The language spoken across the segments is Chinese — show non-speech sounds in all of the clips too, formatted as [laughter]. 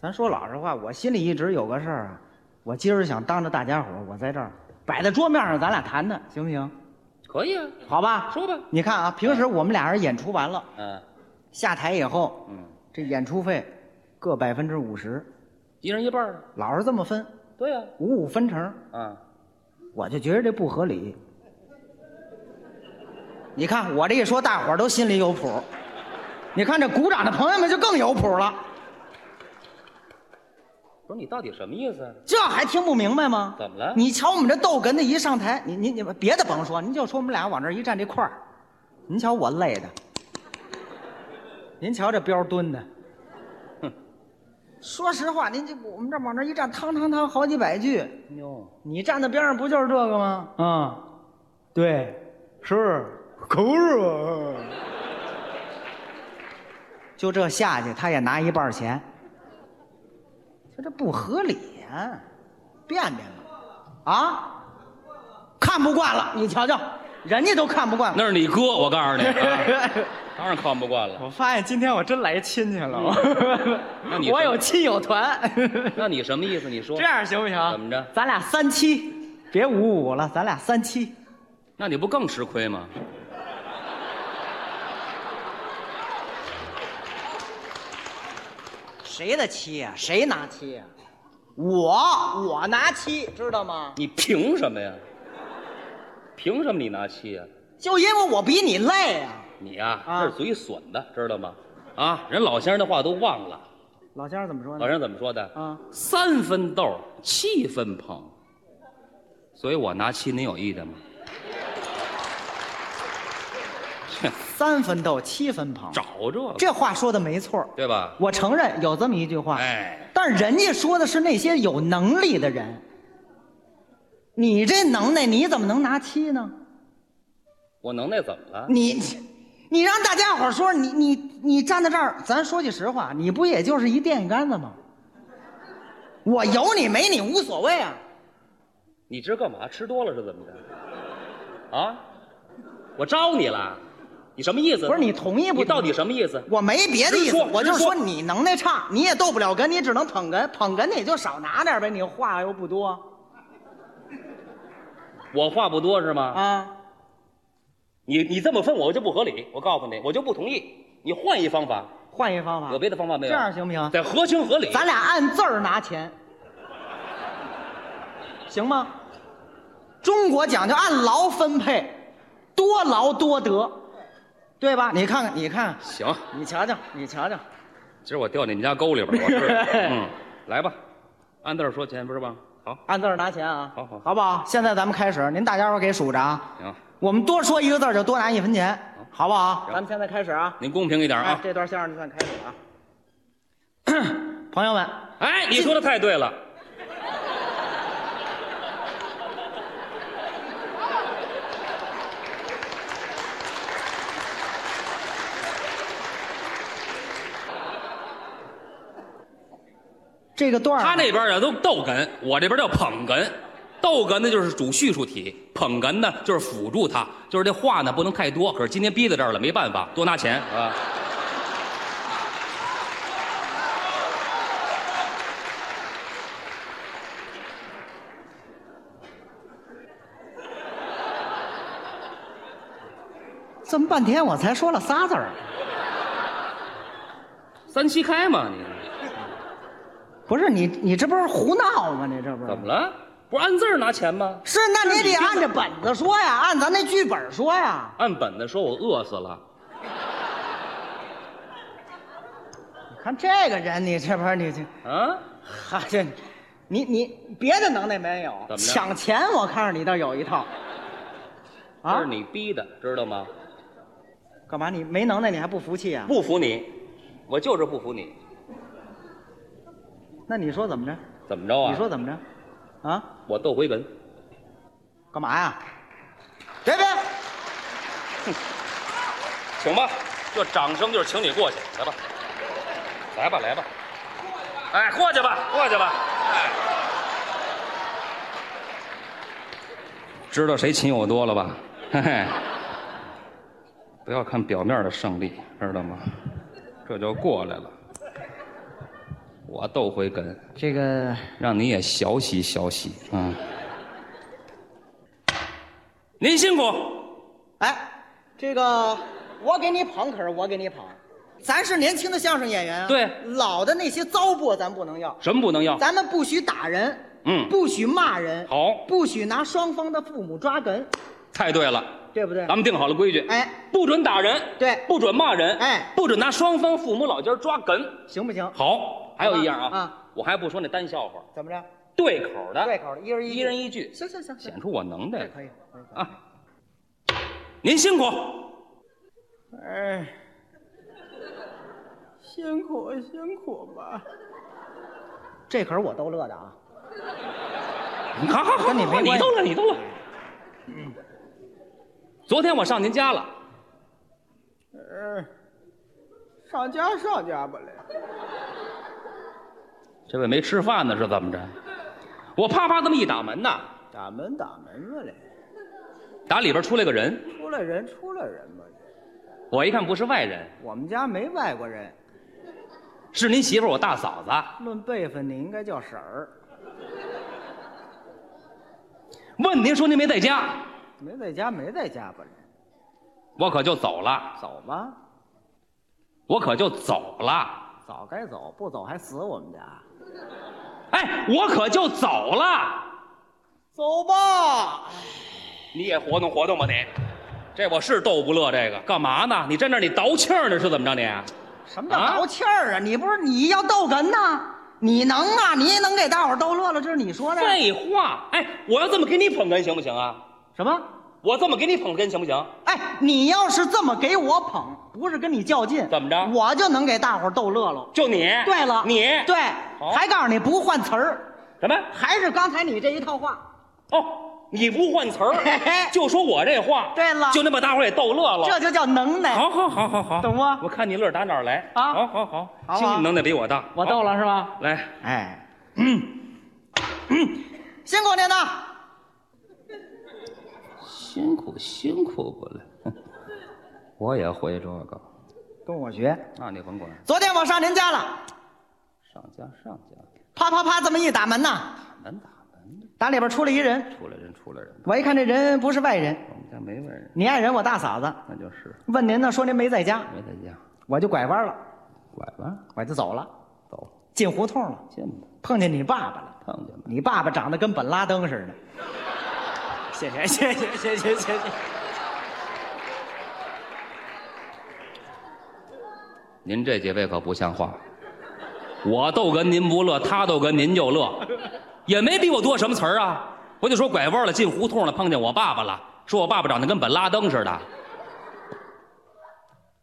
咱说老实话，我心里一直有个事儿啊，我今儿想当着大家伙儿，我在这儿摆在桌面上，咱俩谈谈，行不行？可以啊，好吧，说吧，你看啊，平时我们俩人演出完了，嗯下台以后，嗯，这演出费各百分之五十，一人一半儿啊，老是这么分，对呀，五五分成，啊，我就觉得这不合理。你看我这一说，大伙儿都心里有谱。你看这鼓掌的朋友们就更有谱了，不是你到底什么意思啊？这还听不明白吗？怎么了？你瞧我们这逗哏的一上台，你你你们别的甭说，您就说我们俩往这儿一站这块儿，您瞧我累的，您瞧这膘蹲的，哼，说实话，您这我们这往这儿一站，汤汤汤好几百句，哟，你站在边上不就是这个吗？啊，对，是，可不是嘛。就这下去，他也拿一半钱，说这不合理呀、变变吧，啊，看不惯了，你瞧瞧，人家都看不惯了。那是你哥，我告诉你，啊当然看不惯了。 [laughs] 我发现今天我真来亲戚了，嗯那你我是有亲友团，那你什么意思？你说这样行不怎行？么着？咱俩三七，别五五了，咱俩三七。那你不更吃亏吗？谁的七呀、谁拿七呀、我我拿七，知道吗？你凭什么呀？凭什么你拿七呀、就因为我比你累啊。你呀、啊这是嘴损的，知道吗？啊，人老先生的话都忘了。老先生怎么说老呢？先生怎么说的？啊，三分豆，七分捧。所以我拿七，您有意见吗？三分逗，七分捧，找这个，这话说的没错儿。对吧？我承认有这么一句话，哎，但是人家说的是那些有能力的人，你这能耐你怎么能拿七呢？我能耐怎么了？你，你让大家伙儿说你你你站在这儿，咱说句实话，你不也就是一电线杆子吗？我有你没你无所谓啊，你今儿干嘛？吃多了是怎么着？啊？我招你了？你什么意思？不是你同意不同意你到底什么意思？我没别的意直思说，我就是直说说你能耐差，你也斗不了哏，你只能捧哏，捧哏你就少拿点呗，你话又不多我话不多是吗？啊。你你这么分我就不合理，我告诉你，我就不同意。你换一方法，换一方法，有啊别的方法没啊这有？样行不行？得合情合理。咱俩按字儿拿钱，行吗？中国讲究按劳分配，多劳多得，对吧？你看看，你看看，行，你瞧瞧，你瞧瞧，今儿我掉你们家沟里边儿，我知 [laughs] 道。嗯，来吧，按字儿说钱不是吧？好，按字儿拿钱啊，好好好不好？现在咱们开始，您大家伙给数着啊，行，我们多说一个字儿就多拿一分钱，好不好？行咱们现在开始啊，您公平一点哎啊，。这段相声就算开啊始啊。朋友们，哎，你说的太对了，这个段儿啊他那边啊都逗哏，我这边叫捧哏。逗哏呢就是主叙述体，捧哏呢就是辅助他，就是这话呢不能太多。可是今天逼在这儿了，没办法，多拿钱啊。这么半天我才说了仨字儿，三七开嘛，你不是你你这不是胡闹吗？你这不是怎么了？不是按字儿拿钱吗？是，那你得按着本子说呀，按咱那剧本说呀。按本子说，我饿死了。你看这个人，你这不是你这，啊，哈这，你你别的能耐没有怎，么着抢钱我看着你倒有一套。这啊是，你逼的，知道吗？干嘛你没能耐你还不服气啊？不服你，我就是不服你。那你说怎么着？怎么着啊？你说怎么着？啊，我斗回文，干嘛呀？别别，行吧？这掌声就是请你过去，来吧，来吧，来吧。哎，过去吧，过去吧。哎，知道谁勤我多了吧？嘿嘿，不要看表面的胜利，知道吗？这就过来了。我都会跟，这个让你也学习学习啊。您辛苦，哎，这个我给你捧，可是我给你捧，咱是年轻的相声演员啊。对老的那些糟粕咱不能要，什么不能要？咱们不许打人，嗯不许骂人，好，不许拿双方的父母抓梗，太对了，对不对咱？们定好了规矩，哎，不准打人，对不准骂人，哎，不准拿双方父母老家抓梗。行不行？好，还有一样啊，好吧啊我还不说那单笑话，怎么着？对口的，对口的，一人一句一人一句，行行行行显，出我能耐这可以可以。可以啊。您辛苦，哎，辛苦辛苦吧。这可是我逗乐的啊！你看，好好好，跟你没关系嗯你动了，你动了。昨天我上您家了，哎，上家上家吧嘞。这位没吃饭呢，是怎么着？我啪啪这么一打门呐，打门打门吧嘞，打里边出来个人，出来人出来人吧嘞。我一看不是外人，我们家没外国人，是您媳妇儿我大嫂子。论辈分你应该叫婶儿，问您说您没在家，没在家没在家吧？我可就走了，走吧，我可就走了，早该走，不走还死我们家。哎，我可就走了。走吧，你也活动活动吧你，这我是逗不乐这个干嘛呢？你站那儿你倒气儿呢是怎么着你？什么叫啊倒气儿啊？你不是你要逗哏呐？你能啊？你也能给大伙儿逗乐了？这是你说的？废话，哎，我要这么给你捧哏行不行啊？什么？我这么给你捧哏行不行？哎，你要是这么给我捧，不是跟你较劲，怎么着我就能给大伙儿逗乐了。就你，对了，你对好，还告诉你不换词儿。什么？还是刚才你这一套话，哦，你不换词嘿儿嘿，就说我这话，对了就能把大伙儿也逗乐了。这就叫能耐，好好好好好，懂吗我看你乐打哪儿来啊好好好，好听啊你能耐比我大，我逗了是吧？好。来，哎，嗯，嗯，辛苦您了。辛苦辛苦不了， [laughs] 我也会这个。跟我学。那你甭管，昨天我上您家了，上家上家，啪啪啪这么一打门呐，打门打门，打里边出来一人，出来人出来人，我一看这人不是外人，我们家没外人，你爱人我大嫂子。那就是问您呢，说您没在家，没在家，我就拐弯了，拐吧，我就走了，走，进胡同了，见吧，碰见你爸爸了。碰见吧。你爸爸长得跟本拉登似的。谢谢谢谢谢谢谢谢。您这几位可不像话，我逗哏您不乐，他逗哏您就乐，也没比我多什么词儿啊。我就说拐弯了，进胡同了，碰见我爸爸了，说我爸爸长得跟本拉登似的，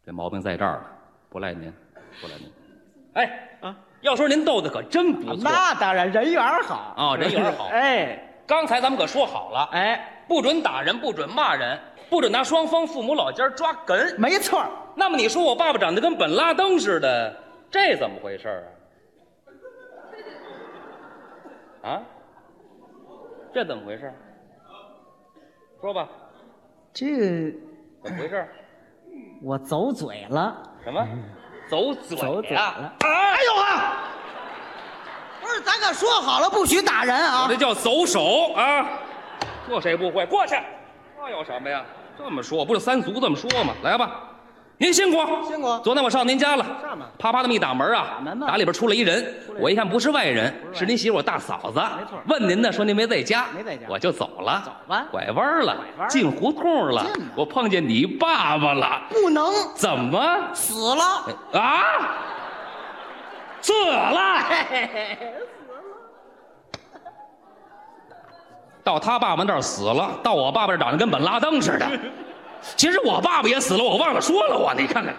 这毛病在这儿了，不赖您，不赖您。哎啊，要说您逗的可真不错，那当然，人缘儿好哦人缘儿好 [laughs] 哎刚才咱们可说好了，哎，不准打人，不准骂人，不准拿双方父母老家抓哏。没错儿那么你说我爸爸长得跟本拉登似的，这怎么回事儿啊？啊？这怎么回事儿？说吧，这怎么回事儿？我走嘴了，什么？走嘴呀、嗯走嘴了哎呦啊！不是，咱可说好了不许打人我啊这！叫走手啊！这谁不会？过去。那有什么呀？这么说，不是三俗这么说吗？来吧，您辛苦，辛苦昨天我上您家了，上吧啪啪这么一打门啊，打门吧里边出来一人，我一看不是外人，是您媳妇儿我大嫂子。没错问您呢，说您没在家，没在家我就走了，走吧拐弯了，弯了进胡同了进吧，我碰见你爸爸了，不能怎么死了，哎啊？死了。到他爸爸那儿死了，到我爸爸这儿长得跟本拉登似的。其实我爸爸也死了，我忘了说了我，你看看，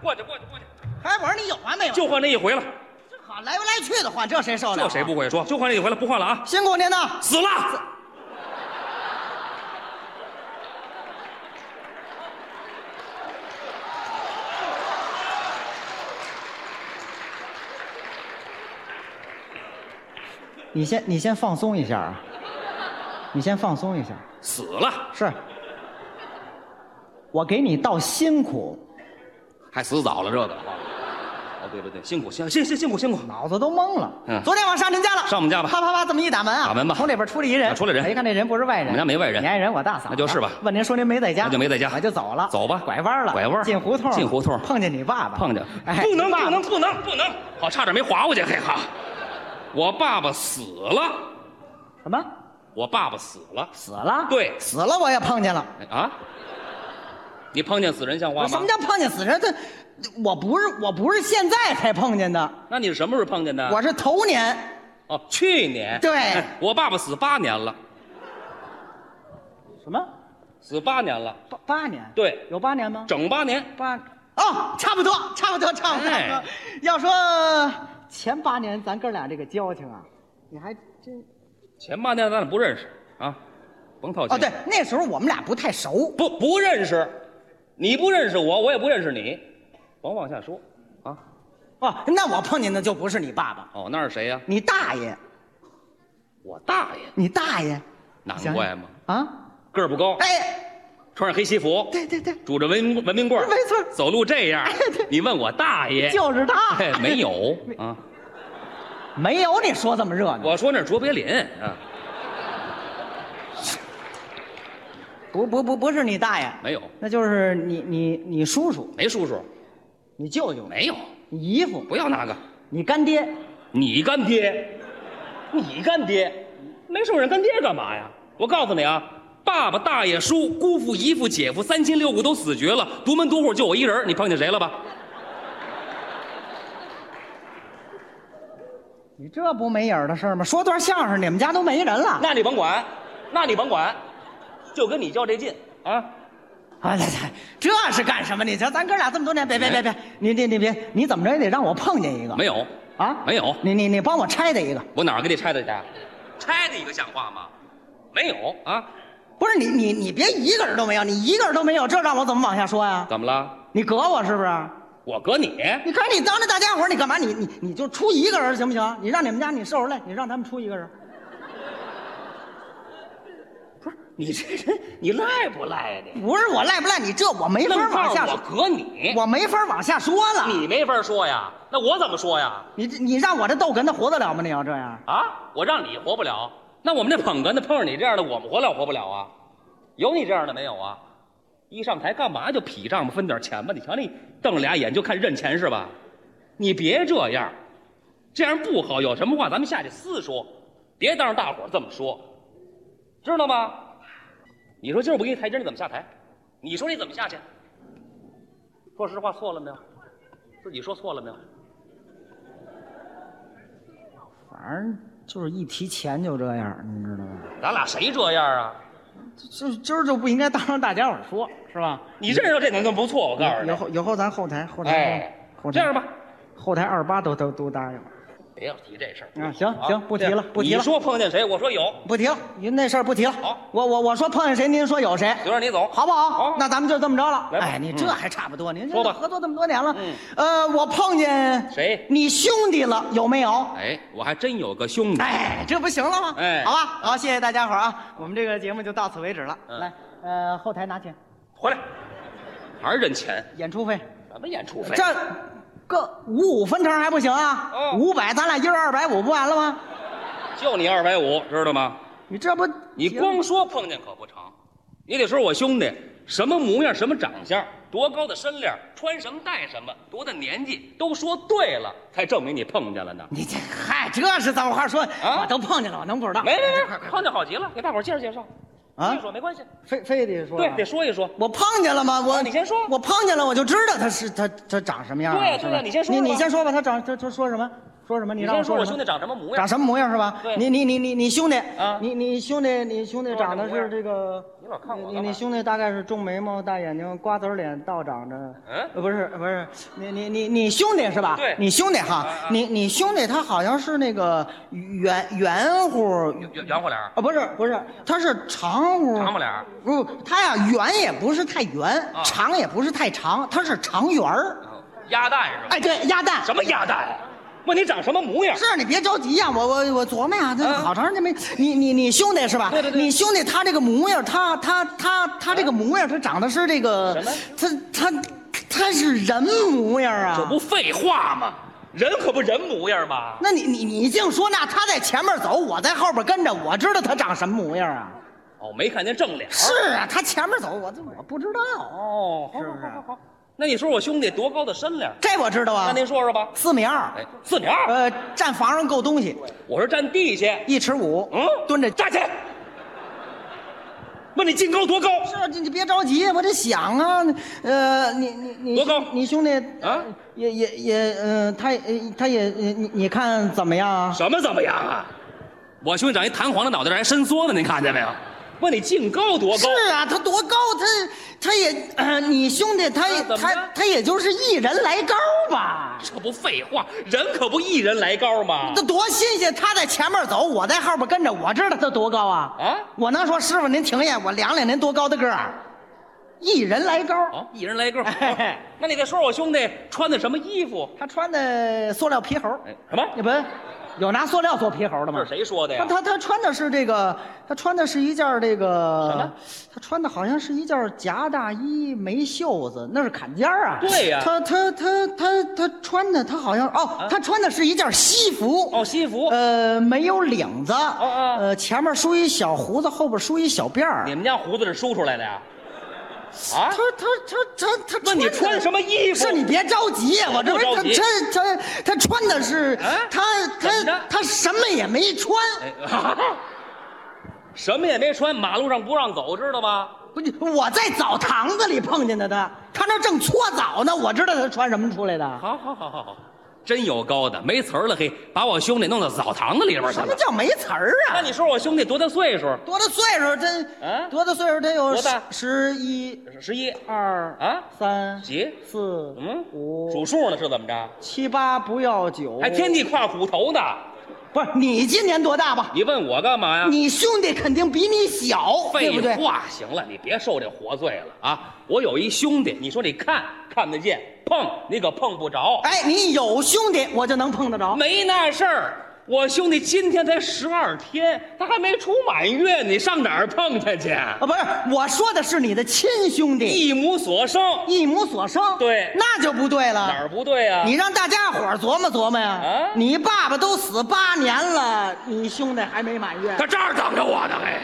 过去过去过去，还我说你有完没完？就换这一回了，这好来不来去的换，这谁受得了？啊这谁？不会说？就换这一回了，不换了啊！辛苦您呐！死了，你先你先放松一下啊，你先放松一下。死了，是，我给你道辛苦，还死早了这个。哦，对对对，辛苦辛辛辛辛苦辛苦。脑子都懵了。嗯昨天往上您家了，上我们家吧啪啪啪，这么一打门啊，打门吧从里边出来一人，啊出来人哎一看这人不是外人，我们家没外人你爱人我大嫂，啊那就是吧问您说您没在家，那就没在家我就走了，走吧拐弯了，拐弯进胡同，进胡同碰见你爸爸，碰见，哎，不能你爸不爸能不能不能，好，差点没划过去，嘿哈！我爸爸死了，什么我爸爸死了，死了？对死了我也碰见了。哎啊！你碰见死人像话我吗？什么叫碰见死人？这我不是我不是现在才碰见的，那你是什么时候碰见的？我是头年。哦，去年。对哎我爸爸死八年了，什么？死八年了，八八年？对，有八年吗？整八年。八哦，差不多，差不多，差不多。哎差不多要说前八年咱哥俩这个交情啊，你还真前八年咱俩不认识啊，甭套近哦乎对，那时候我们俩不太熟。不不认识，你不认识我，我也不认识你，甭往下说啊。哦，那我碰见的就不是你爸爸，哦，那是谁呀、你大爷，我大爷，你大爷难想想怪嘛，啊！个儿不高，哎，穿穿上黑西服，对对对，拄着文文明棍儿，没错哎走路这样。你问我大爷，就是他。哎，没有啊， [laughs] 没有你说这么热闹，我说那是卓别林啊，不不不不是你大爷，没有，那就是你你你叔叔，没叔叔，你舅舅，没有，你姨父，不要那个，你干爹，你干爹，你干爹，没事，我认干爹干嘛呀？我告诉你啊。爸爸、大爷、叔、姑父、姨父、姐夫，三亲六故都死绝了，独门独户就我一人儿，你碰见谁了吧？你这不没影儿的事儿吗？说段相声，你们家都没人了。那你甭管，那你甭管，就跟你较这劲啊！哎呀，这是干什么？你瞧，咱哥俩这么多年，别别别别，你你你别，你怎么着也得让我碰见一个。没有，啊，没有，你你你帮我拆的一个，我哪儿给你拆的去？拆的一个像话吗？没有啊？不是你你你别一个人都没有，你一个人都没有，这让我怎么往下说呀？怎么了？你隔我是不是？我搁你？你看你当着大家伙儿，你干嘛？你你你就出一个人行不行？你让你们家你受受累，你让他们出一个人。你这人，你赖不赖呀、你不是我赖不赖你这，我没法愣往下说，我搁你，我没法往下说了。你没法说呀。那我怎么说呀？你这你让我这逗哏的活得了吗？你要这样，啊，我让你活不了。那我们这捧哏的碰上你这样的，我们活了活不了啊？有你这样的没有啊？一上台干嘛就劈账吧，分点钱吧？你瞧你瞪着俩眼就看认钱是吧？你别这样，这样不好。有什么话咱们下去私说，别当着大伙儿这么说，知道吗？你说今儿我不给你台阶，你怎么下台？你说你怎么下去？说实话错了没有？自己说错了没有？反正就是一提钱就这样，你知道吗？咱俩谁这样啊？就今儿就不应该当着大家伙儿说，是吧？你认识到这能更不错，我告诉你以。后以后咱后台后台、哎，后台这样吧，后台二八都都都答应了别要提这事儿啊！行行，不提了，不提你了，说碰见谁，我说有，不提了，您那事儿不提了。好我我我说碰见谁，您说有谁，就让你走。好不好好？那咱们就这么着了。来吧嗯哎，你这还差不多，您说吧合作这么多年了嗯，呃，我碰见谁你兄弟了，有没有？哎，我还真有个兄弟。哎，这不行了吗？哎好吧，好，谢谢大家伙儿啊，我们这个节目就到此为止了。嗯来，呃，后台拿钱，回来，还是认钱。演出费，什么演出费？啊这个五五分成还不行啊？哦五百，咱俩一人二百五，不完了吗？就你二百五，知道吗？你这不你光说碰见可不成，你得说我兄弟什么模样、什么长相、多高的身量、穿什么戴什么、多大年纪，都说对了，才证明你碰见了呢。你这嗨，这是怎么话说？啊我都碰见了，我能不知道？没没没，碰见好极了，给大伙儿介绍介绍。啊你说没关系，非非得说啊对，得说一说。我碰见了吗？我啊你先说我碰见了，我就知道他是他他长什么样啊。对呀对呀是吧你先说你吧你先说吧，他长他他说什么？说什么？你你让先我说我什兄么弟？长什么模样长？什么模样是吧？对你你你你你兄弟啊你你兄弟你兄弟长得是这个，你老看我干你嘛你兄弟大概是重眉毛、大眼睛、瓜子儿脸、倒长着，嗯呃，不是不是，你你你你兄弟是吧？对你兄弟哈啊啊，你你兄弟他好像是那个圆圆乎，圆圆乎脸儿啊不是不是，他是长乎，长不脸儿不，他呀圆也不是太圆啊，长也不是太长，他是长圆儿。鸭蛋是吧？哎，对，鸭蛋。什么鸭蛋呀？问你长什么模样？是啊你别着急呀、我我我琢磨呀、这嗯好长时间没你你你兄弟是吧？对对对你兄弟他这个模样，他他他他这个模样，他长得是这个什么，他他他他是人模样啊！这不废话吗？人可不人模样吗？那你你你净说那他在前面走，我在后边跟着，我知道他长什么模样啊？哦，没看见正脸。是啊，他前面走，我这我不知道，哦，好是不是？那你说我兄弟多高的身量？这我知道那啊。您说说吧。四米二，哎，四米二，呃，站房上够东西，我是占地去。一尺五，嗯，蹲着。站起来。问你净高多高？是啊，你你别着急，我得想啊。呃，你你你多高兄你兄弟啊？也也也，呃，他呃他也，呃你你看怎么样啊？什么怎么样啊？我兄弟长一弹簧的脑袋还伸缩呢，您看见没有？问你净高多高？是啊，他多高？他他也，呃，你兄弟他也啊怎么他着他也就是一人来高吧？这不废话，人可不一人来高吗这？多新鲜！他在前面走，我在后边跟着，我知道他多高啊！啊我能说师傅您停下，我量量您多高的个儿，一人来高。啊，一人来高。啊嘿嘿那你再说说我兄弟穿的什么衣服？他穿的塑料皮猴，哎，什么？你不有拿塑料做皮猴的这吗是？谁说的他呀？他他穿的是这个，他穿的是一件这什个么，他穿的好像是一件夹大衣没袖子，那是坎肩儿啊。对呀啊他他他他他穿的他好像哦，他穿的是一件西服。哦，西服。呃，没有领子，哦呃，前面梳一小胡子，后边梳一小辫儿。你们家胡子是梳出来的呀？啊他？他他他他，问你的穿什么衣服？是你别着急呀，我这不着不急是他他他他穿的是啊他怎么他着他什么也没穿，哎， [laughs] 啊什么也没穿，马路上不让走，知道吗？不是我在澡堂子里碰见的他，他那正搓澡呢，我知道他穿什么出来的。好好好好好，真有高的，没词儿了嘿，把我兄弟弄到澡堂子里边去什么了。叫没词儿那啊？你说我兄弟多大岁数？多大岁数他？啊多大岁数他有多大十一、十一二、啊？三、几？四、嗯数五、数呢是怎么着？七八不要九，还哎天地跨虎头呢？不是你今年多大吧？你问我干嘛呀？啊你兄弟肯定比你小，对不废对？话，行了，你别受这活罪了啊！我有一兄弟，你说你看看得见，碰你可碰不着，哎，你有兄弟，我就能碰得着。没那事儿。我兄弟今天才十二天，他还没出满月，你上哪儿碰他去？啊，不是，我说的是你的亲兄弟，一母所生，一母所生，对那就不对哪了。儿不对啊？你让大家伙儿琢磨琢磨呀。啊你爸爸都死八年了，你兄弟还没满月，这儿等着我呢，嘿，哎